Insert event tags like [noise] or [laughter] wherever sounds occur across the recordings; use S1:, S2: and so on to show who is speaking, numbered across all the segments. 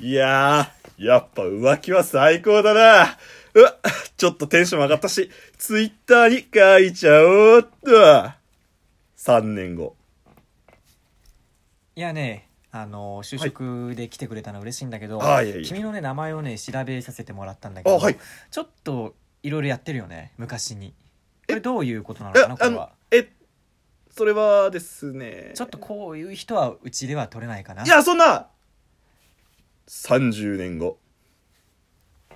S1: いやー、やっぱ浮気は最高だな。うわ、ちょっとテンション上がったし、ツイッターに書いちゃおうっと。3年後。
S2: いやねあの就職で来てくれたの嬉しいんだけど、
S1: あいえいえ
S2: 君のね名前をね調べさせてもらったんだけど、
S1: あはい
S2: ちょっといろいろやってるよね昔に
S1: え
S2: これどういうことなの
S1: え
S2: かなこ
S1: あ
S2: れ
S1: の
S2: は、
S1: え、それはですね。
S2: ちょっとこういう人はうちでは取れないかない
S1: や、そんな !30 年後。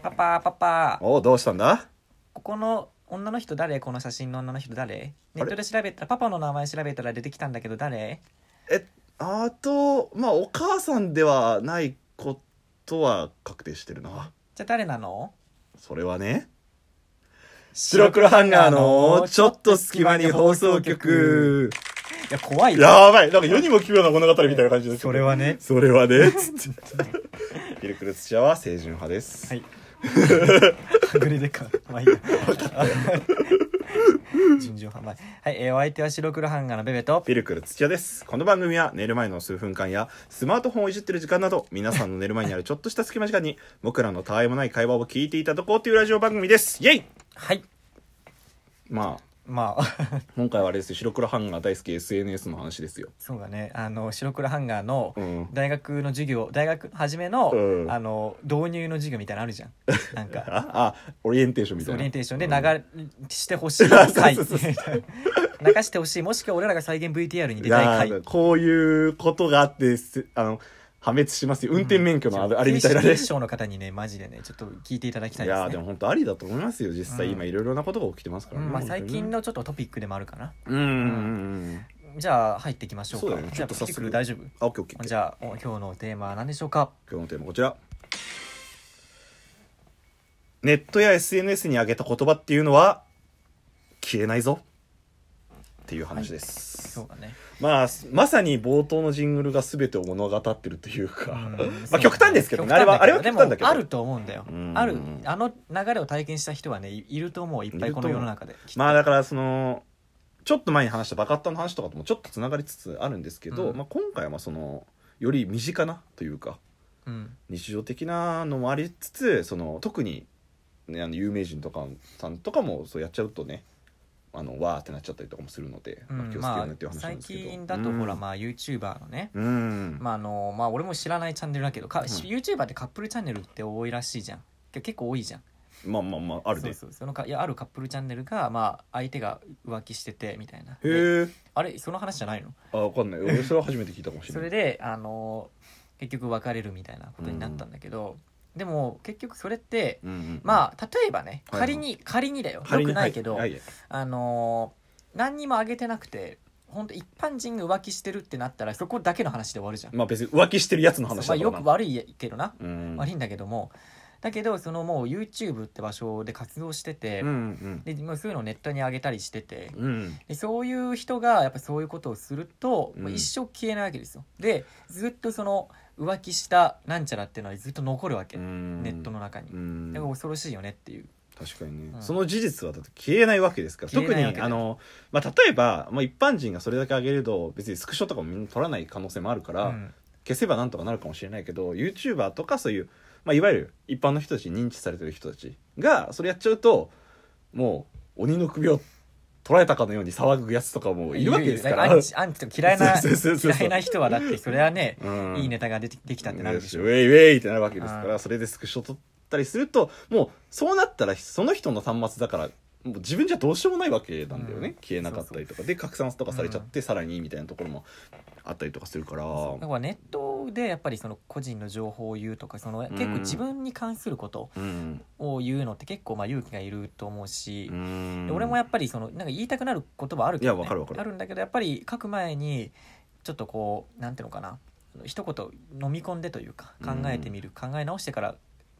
S2: パパパパ
S1: おう、どうしたんだ
S2: ここの女の人誰この写真の女の人誰
S1: れ
S2: ネットで調べたらパパの名前調べたら出てきたんだけど誰
S1: え、あと、まあ、お母さんではないことは確定してるな。
S2: じゃあ誰なの
S1: それはね。白黒ハンガーのちょっと隙間に放送局。
S2: いや怖いよ
S1: やばいなんか世にも奇妙な物語みたいな感じです
S2: それはね
S1: それは
S2: [laughs]
S1: ねつってピルクル土屋は清純派です、 [laughs]
S2: はい。はぐれでか。まあいいや。順調販売。はい、えーお相手は白黒ハンガーのベベと。
S1: ピルクル土屋ですこの番組は寝る前の数分間やスマートフォンをいじってる時間など皆さんの寝る前にあるちょっとした隙間時間に [laughs] 僕らのたわいもない会話を聞いていただこうというラジオ番組ですイェイ
S2: はい。
S1: まあ
S2: まあ、 [laughs]
S1: 今回はあれですよ白黒ハンガー大好き SNS の話ですよ
S2: そうだね。あの白黒ハンガーの
S1: うん
S2: 大学の授業、大学初めの、
S1: うん
S2: あの導入の授業みたいなのあるじゃん。なんか。
S1: ああオリエンテーショ [laughs] ンみた
S2: そ
S1: いう
S2: オ
S1: な
S2: リエンテーションで
S1: う
S2: 流
S1: ん
S2: してほし
S1: [laughs]
S2: い回 [laughs] 流してほしいもしくは俺らが再現 VTR に出たい回
S1: いやーこういうことがあってすあの破滅しますよ運転免許のあれ,、あれみたいなね
S2: 警視庁の方にねマジでねちょっと聞いていただきたい
S1: い
S2: ですね
S1: やーでも本当ありだと思いますよ実際
S2: うん
S1: 今いろいろなことが起きてますか
S2: う
S1: らね、
S2: んまあ、
S1: 本当に
S2: 最
S1: ね
S2: 近のちょっとトピックでもあるかな
S1: うんうんうん
S2: じゃあ入っていきましょうか
S1: そうだね
S2: じゃあ
S1: ちょっと早速
S2: ピクル大丈夫
S1: あオッケーオッケーオッケー
S2: じゃあお今日のテーマは何でしょうか
S1: 今日のテーマこちらネットや SNS に上げた言葉っていうのは消えないぞっていう話です、
S2: そうだね
S1: まあまさに冒頭のジングルが全てを物語ってるというか、
S2: うん
S1: [laughs] まあ極端ですけどね
S2: 極端だ
S1: あれはあれは極端だけど
S2: でもあると思うんだよ
S1: うん
S2: あるあの流れを体験した人はねいいると思ういっぱいこの世の中で
S1: まあ
S2: きっ
S1: だからそのちょっと前に話したバカッタの話とかともちょっとつながりつつあるんですけど、
S2: うん
S1: まあ、今回はまあそのより身近なというか
S2: とうん
S1: 日常的なのもありつつその特に、ね、あの有名人とかさんとかもそうやっちゃうとねあのわーってなっちゃったりとかもするので、
S2: うん
S1: まあ、気をつけよ
S2: ま
S1: うねっていう
S2: あ
S1: 話なん
S2: 最
S1: ですけど、
S2: 近だとほら
S1: うん
S2: まあ YouTuber のね
S1: うん、
S2: まああのまあ俺も知らないチャンネルだけどか
S1: ん
S2: YouTuber ってカップルチャンネルって多いらしいじゃんけ結構多いじゃん
S1: まあまあまああるで
S2: そうそうそのかいやあるカップルチャンネルがまあ相手が浮気しててみたいなで
S1: へえ
S2: あれその話じゃないの
S1: あわかんない俺それは初めて聞いたかもし
S2: そ
S1: れな
S2: れ
S1: い
S2: であの結局別れるみたいなことになったんだけど、でも結局それって
S1: うんうん
S2: まあ例えばね
S1: はいはい
S2: 仮に、仮にだよ
S1: 仮
S2: よ
S1: に
S2: くないけど、
S1: はいはい
S2: あの何にも挙げてなくて本当一般人が浮気してるってなったらそこだけの話で終わるじゃん、
S1: まあ別に浮気してるやつの話
S2: まあ、
S1: だから
S2: よ
S1: な
S2: く悪いけどな、
S1: うん
S2: 悪いんだけどもだけどそのもう YouTube って場所で活動してて、
S1: うんうん
S2: でもうそういうのをネットに上げたりしてて、
S1: うん
S2: でそういう人がやっぱそういうことをすると、
S1: うん
S2: まあ一生消えないわけですよでずっとその浮気したなんちゃらっていうのはずっと残るわけ、ネ
S1: ネ
S2: ットの中に、
S1: うん
S2: だから恐ろしいよねっていう
S1: 確かにね、
S2: うん
S1: その事実はだって消えないわけですから
S2: 消え
S1: 特
S2: ないわけ
S1: に
S2: だ
S1: あの、まあ、例えば、まあ、一般人がそれだけ上げると別にスクショとかもみんな取らない可能性もあるから、
S2: うん
S1: 消せばなんとかなるかもしれないけど YouTuber とかそういう、まあ、いわゆる一般の人たちに認知されてる人たちがそれやっちゃうともう鬼の首を取られたかのように騒ぐやつとかもいるわけですから。
S2: だアンチアンチとか嫌いな
S1: [laughs] そうそうそうそう
S2: 嫌いな人はだってそれはね、
S1: うん
S2: いいネタが出てできたってなるでしょ、
S1: ウェイウェイってなるわけですか
S2: う
S1: らそれでスクショ撮ったりするともうそうなったらその人の端末だからもう自分じゃどうしようもないわけなんだよね、
S2: うん
S1: 消えなかったりとかで拡散とかされちゃって、さらにみたいなところもあったりとかするから
S2: だからネットでやっぱりその個人の情報を言うとかその結構自分に関すること
S1: うん、
S2: を言うのって結構まあ勇気がいると思うし、
S1: うん
S2: で俺もやっぱりそのなんか言いたくなることはあるけど、
S1: い
S2: ね、
S1: やわかるわかる
S2: あるんだけどやっぱり書く前にちょっとこうなんていうのかな一言飲み込んでというか考えてみる、考え直してから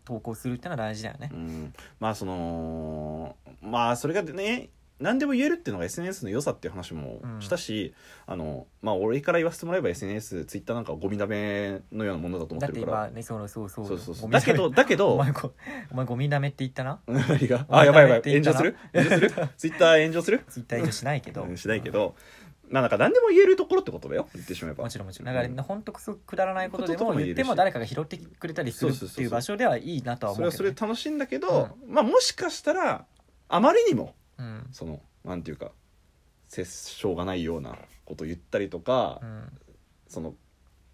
S2: 投稿するってのは大事だよね
S1: う、ん、まあそのまあそれがね何でも言えるっていうのが SNS の良さっていう話もしたし、あのまあ俺から言わせてもらえば SNSTwitter なんかはゴミだめのようなものだと思っ
S2: だってて
S1: るから
S2: 今ねそのそうそう
S1: そうそうそう
S2: ゴミ
S1: だ
S2: だめ
S1: けどだけど
S2: [laughs] お前ごお前ゴミダメって言ったな
S1: 何が
S2: お前
S1: あやばいやば
S2: ダメって
S1: い
S2: 言っ
S1: 炎
S2: た
S1: 上
S2: な
S1: [laughs] する炎上するツイッター炎上する
S2: ツイッター以上しないけど
S1: うんしないけど、まあなんか何でも言えるところってことだよ言ってしまえば
S2: もちろんもちろんだから、
S1: うん
S2: 本当くそくだらないこと
S1: こ
S2: で
S1: とと
S2: も
S1: も言え
S2: 言
S1: る
S2: っ
S1: して
S2: も誰かが拾ってくれたりする
S1: そうそう
S2: っ
S1: そう
S2: て
S1: そう
S2: いう場所ではいいなとは
S1: そ
S2: 思
S1: れ
S2: う
S1: は
S2: け
S1: そ
S2: ど、
S1: れ
S2: ね
S1: で楽しいんだけど、まあもしかしたらあまりにも
S2: うん
S1: そのなんていうか殺傷がないようなこと言ったりとか、
S2: うん
S1: その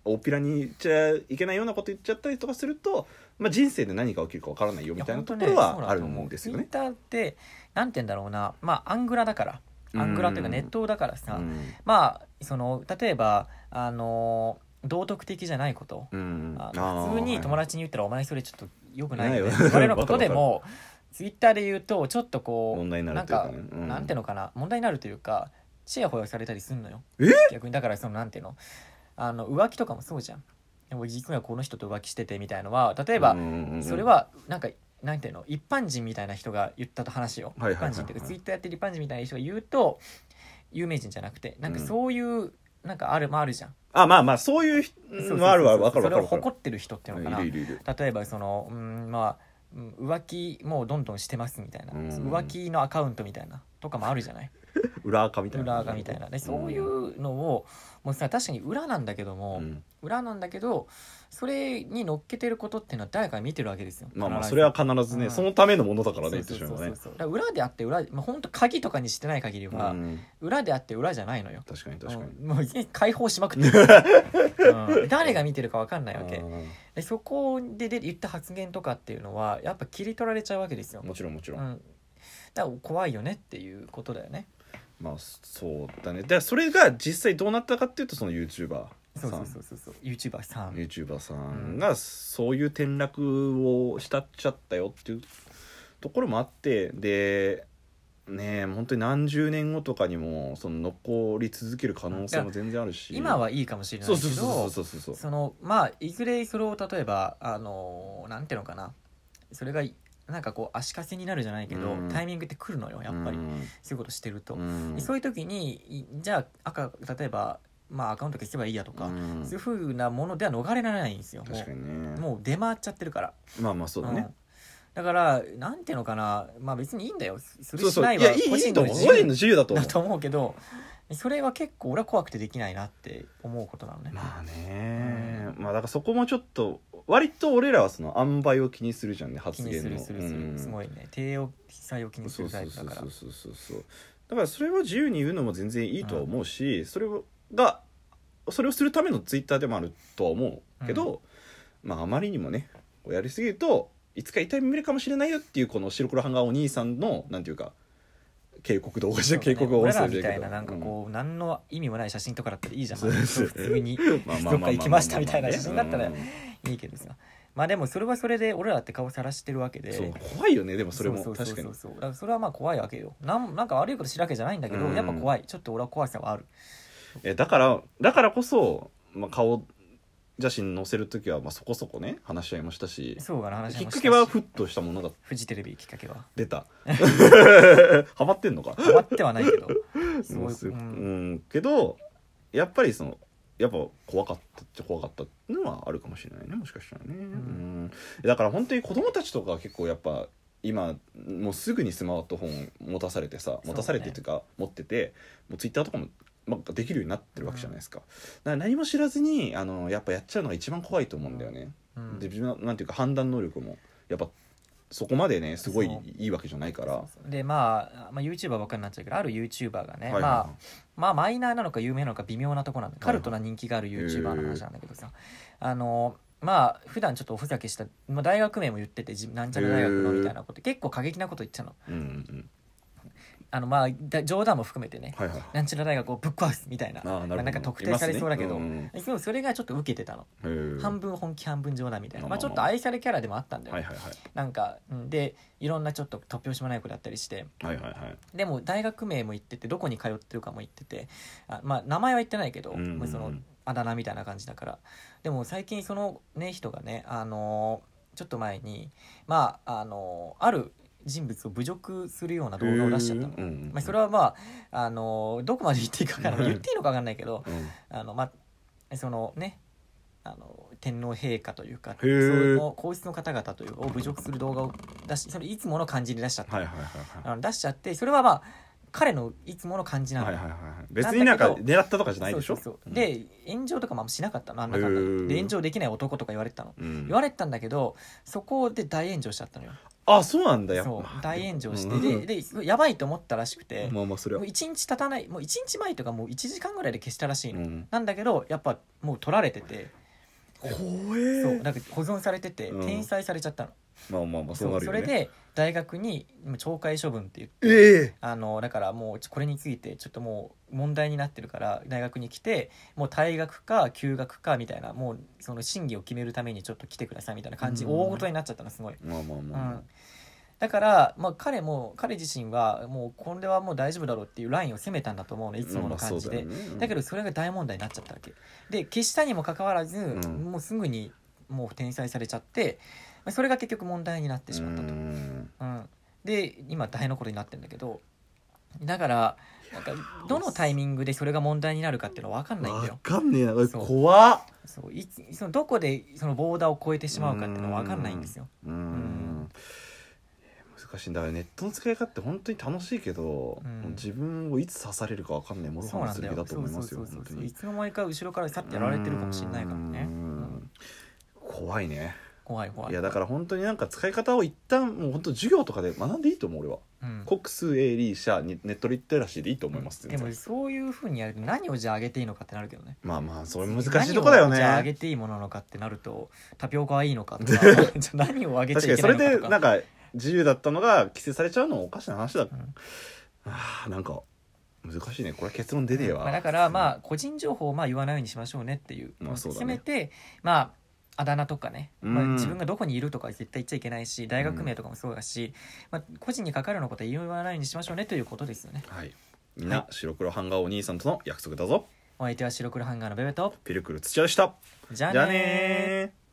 S1: 大っぴらに言っちゃいけないようなこと言っちゃったりとかすると、まあ、人生で何が起きるかわからないよみたいなところはあると思うんですよ
S2: ツイ
S1: ね
S2: ッ。ターってなんて言うんだろうなまあアングラだからアングラというかネットだからさ、
S1: うん
S2: まあその例えばあの道徳的じゃないこと、
S1: うん
S2: あ
S1: あ
S2: の
S1: ー
S2: 普通に友
S1: はい
S2: 達に言ったら「お前それちょっとよくないよね」
S1: ないよ
S2: 言われることでもツイッターで言うとちょっとこう
S1: 問題になるというかね
S2: んか
S1: うん
S2: なんていうのかな問題になるというかチヤホヤされたりすんのよ
S1: え
S2: 逆にだからそのなんていうのあの浮気とかもそうじゃんでも実はこの人と浮気しててみたいのは例えば、
S1: うんうんうん
S2: それはなんかなんていうの一般人みたいな人が言ったと話を、
S1: はいはいはいはい
S2: 一般人っていうかツイッターやってる一般人みたいな人が言うと有名人じゃなくてなんかそういう、なんかあるまああるじゃん
S1: あまあまあそういう
S2: そう
S1: のあるわわかるわか
S2: それを
S1: るわか
S2: 誇ってる人っていう
S1: る
S2: のかな
S1: うんいるいるいる
S2: 例えばそのうんまあうん浮気もうどんどんしてますみたいな
S1: うん
S2: 浮気のアカウントみたいなとかもあるじゃない
S1: 裏垢みたいな
S2: 裏垢みたいなでそういうのをもうさ確かに裏なんだけど
S1: う
S2: も
S1: ん
S2: 裏なんだけどそれに乗っけてることっていうのは誰かが見てるわけですよ
S1: まあまあ
S2: 必ず
S1: それは必ずね、
S2: うん
S1: そのためのものだからね言って
S2: そう
S1: し
S2: そう
S1: まえ
S2: そ
S1: ば
S2: うそう
S1: ね
S2: だから裏であって裏まあ本当鍵とかにしてない限りは
S1: うん
S2: 裏であって裏じゃないのよ
S1: 確かに確かに、
S2: うんもう解放しまくっ
S1: [laughs]
S2: てる、うん誰が見てるか分かんないわけ
S1: あ
S2: でそこでで言った発言とかっていうのはやっぱ切り取られちゃうわけですよ
S1: ー。もちろんもちろん、
S2: うん、だから怖いよねっていうことだよね。
S1: まあそうだねでそれが実際どうなったかっていうとその YouTuber さ
S2: そ
S1: ん
S2: うそうそうそうそう。ユーチューバーさん。
S1: YouTuber さんがそういう転落をしたっちゃったよっていうところもあってでねえ本当に何十年後とかにもその残り続ける可能性も全然あるし
S2: 今はいいかもしれない
S1: そう
S2: け
S1: そうそう
S2: ど、
S1: そうそうそう
S2: そのまあいずれそれを例えばあのなんていうのかな、それがなんかこう足かせになるじゃないけど、
S1: うん
S2: タイミングって来るのよやっぱり、そういうことしてると。
S1: うん
S2: でそういう時にいじゃあ赤例えばまあアカウント消せばいいやとか、
S1: うん
S2: そういうふうなものでは逃れられないんですよ。もう
S1: 確かにね
S2: もう出回っちゃってるから。
S1: まあまあそうだ
S2: う
S1: ね
S2: んだからなんていうのかなまあ別にいいんだよす
S1: そ
S2: る
S1: う
S2: し
S1: そう
S2: ないい
S1: や
S2: はい
S1: いいいと思う個
S2: 由
S1: 人の自由だと思
S2: だ
S1: う
S2: [laughs] と思うけどそれは結構俺は怖くてできないなって思うことなのね、
S1: まあね、まあだからそこもちょっと割と俺らはその塩梅を気にするじゃんね
S2: 気
S1: 発
S2: にす
S1: 言の
S2: るするする、
S1: うん
S2: すごいね低を被災を気にす
S1: そう
S2: る
S1: そ
S2: タ
S1: う
S2: イプ
S1: そ
S2: だ
S1: う
S2: から
S1: そうそうそうそうだからそれは自由に言うのも全然いいとは思うし、それがそれをするためのツイッターでもあるとは思うけど、まああまりにもねこうやりすぎるといつか痛い目見るかもしれないよっていうこの白黒ハンガーお兄さんのなんていうか警告動画じゃ警告を
S2: 俺
S1: 音声
S2: ら
S1: で言う
S2: みた
S1: け
S2: い
S1: ど
S2: ななんか
S1: うん
S2: こう、何の意味もない写真とかだっていいじゃん
S1: そうそう
S2: 普通に
S1: [laughs] まあまあまあまあまあ
S2: どっか行きましたみたいな写真だったら
S1: うん
S2: いいけどさまあでもそれはそれで俺らって顔さらしてるわけで
S1: そう怖いよねでもそれも
S2: うう
S1: 確
S2: う
S1: か
S2: そ
S1: に
S2: うそうだからそれはまあ怖いわけよなんなんか悪いことしてるわけじゃないんだけど、
S1: うん
S2: やっぱ怖いちょっと俺は怖さはある
S1: えだからだからこそ、まあ、顔写真載せる時は、まあ、そこそこね話し合いもしたし
S2: そうかな話も
S1: きっ
S2: したし
S1: かけはふっとしたものが
S2: フジテレビきっかけは
S1: 出
S2: [laughs]
S1: たハマってんのか
S2: 終わってはないけ
S1: [laughs]
S2: どす
S1: も
S2: ご
S1: う
S2: い、
S1: す
S2: う
S1: うんんけどやっぱりそのやっぱ怖かったっちゃ怖かったっていうのはあるかもしれないねもしかしたらね、うんだから本当に子供たちとかは結構やっぱ今もうすぐにスマートフォン持たされてさ
S2: ね
S1: 持たされてっていうか持っててもうツイッターとかも、まあ、できるようになってるわけじゃないですか,、だから何も知らずにあのやっぱやっちゃうのが一番怖いと思うんだよね、
S2: うん
S1: で自分はなんていうか判断能力もやっぱそこまでねすごい
S2: そう
S1: いいわけじゃないから
S2: でまあ、まあ、YouTuber ばっかりになっちゃうけどある YouTuber がね、
S1: はいはいはい
S2: まあ、まあマイナーなのか有名なのか微妙なとこなんで
S1: はいは
S2: カ
S1: い
S2: ルトな人気がある YouTuber の話なんだけどさ、あのまあ普段ちょっとおふざけした、まあ、大学名も言っててじなんちゃら大学のみたいなこと結構過激なこと言ってたの
S1: うんうん
S2: あのまあだ冗談も含めてね、
S1: うんはいはい
S2: なんちゃら大学をぶっ壊すみたいな
S1: あーなるほど
S2: んか特定されそうだけど、
S1: いますね
S2: でもそれがちょっと受けてたの、半
S1: 半
S2: 分本気半分冗談みたいな、
S1: ま
S2: ま
S1: あ
S2: あ、ち
S1: まあ
S2: ょっと愛されキャラでもあったんだよ、
S1: はいはいは
S2: なんかうんでいろんなちょっと突拍子もない子だったりして
S1: いはいはいはい
S2: でも大学名も言っててどこに通ってるかも言っててあまあ名前は言ってないけど、
S1: うんうんうん
S2: もうそのあだ名みたいな感じだからでも最近そのね人がねあのーちょっと前にまああのーある人物を侮辱するような動画を出しちゃったの、
S1: へーうんうん
S2: まあ、それはまああのーどこまで言っていいか分からない
S1: うん
S2: 言っていいのか分かんないけど
S1: うん
S2: あのまあそのねあの天皇陛下というかそ
S1: ー
S2: の皇室の方々というを侮辱する動画を出しそれいつもの感じに出しちゃった
S1: はいはいはいはい
S2: あの出しちゃってそれはまあ彼のいつもの感じなの、
S1: はいはいはいはい別になんか
S2: なんだけ
S1: 狙ったとかじゃない
S2: そ
S1: で
S2: う
S1: しょ
S2: そうそう
S1: うん
S2: で炎上とかもあんましなかったのあんな感
S1: へ
S2: じ
S1: ー
S2: で炎上できない男とか言われてたの、
S1: うん
S2: 言われてたんだけどそこで大炎上しちゃったのよ
S1: あそうなんだやっ
S2: そう
S1: ぱ
S2: 大炎上して、
S1: うん
S2: ででやばいと思ったらしくて、
S1: まあまあそれ
S2: も
S1: は
S2: う1日経たないもう1日前とかもう1時間ぐらいで消したらしいの、
S1: うん
S2: なんだけどやっぱもう取られてて、
S1: 怖
S2: そう
S1: え
S2: なんか保存されてて
S1: うん
S2: 転載されちゃったの、
S1: まあまあまあそ
S2: そうう
S1: なる
S2: そ
S1: よ
S2: れ
S1: ね
S2: で大学に今懲戒処分って言って
S1: ええ
S2: あのだからもうちょこれについてちょっともう問題になってるから大学に来てもう退学か休学かみたいなもうその審議を決めるためにちょっと来てくださいみたいな感じ、
S1: うん
S2: 大ごとになっちゃったのすごい、
S1: まあまあ
S2: う
S1: まあ
S2: ん、だから、まあ、彼も彼自身はもうこれはもう大丈夫だろうっていうラインを攻めたんだと思うのいつもの感じ
S1: ま
S2: で、
S1: あまあそうだよね
S2: だけどそれが大問題になっちゃったわけで消したにもかかわらず、
S1: ん
S2: もうすぐにもう転載されちゃってまあそれが結局問題になってしまったと、
S1: う
S2: うん
S1: ん
S2: で今大変なことになってんだけどだからなんかどのタイミングでそれが問題になるかっていうのは分かんないんだ
S1: わ
S2: よ
S1: かんねえなこれ
S2: そう
S1: 怖っ
S2: そういつそのどこでそのボーダーを越えてしまうかっていうのは分かんないんですよ
S1: うー
S2: うん
S1: ん難しいんだからネットの使い方って本当に楽しいけど、
S2: うん
S1: 自分をいつ刺されるかわかんないもの
S2: そう
S1: 話
S2: なん
S1: す
S2: だ
S1: べ
S2: よ
S1: きだと
S2: そ
S1: 思
S2: う
S1: い
S2: そ
S1: ま
S2: う
S1: すよ
S2: そうそう
S1: 本当に
S2: いつの間にか後ろからさってやられてるかもしれないからね
S1: うーん怖いね
S2: 怖い怖い
S1: いやだから本当になんか使い方を一旦もう本当授業とかで学んでいいと思う俺は、
S2: うん
S1: 国数英理社にネットリテラシーでいいと思います
S2: で
S1: 全然
S2: もそういうふうにやると何をじゃあ上げていいのかってなるけどね
S1: まあまあそれ難しいとこだよ
S2: 何をじゃあ上
S1: ね
S2: げていいものなのかってなるとタピオカはいい
S1: [laughs]
S2: のかとかじゃあ何を上げち
S1: 確
S2: ゃ
S1: か
S2: い
S1: にそれ
S2: けないのか
S1: で
S2: とか
S1: なんか自由だったのが規制されちゃうのもおかしな話だ、
S2: ん
S1: あーなんか難しいねこれは結論出ねえわ、
S2: まあだからまあ個人情報をまあ言わないようにしましょうねっていう,、
S1: まあそうだね
S2: せめてまああだ名とかね、まあ、
S1: うん
S2: 自分がどこにいるとか絶対言っちゃいけないし大学名とかもそうだし、まあ、個人にかかるようなことは言わないようにしましょうねということですよね
S1: はいみんな白黒ハンガーお兄さんとの約束だぞ
S2: お相手は白黒ハンガーのベベと
S1: ピルクル土屋でした
S2: じゃあ
S1: じ
S2: ね
S1: ゃあ
S2: ー
S1: ねー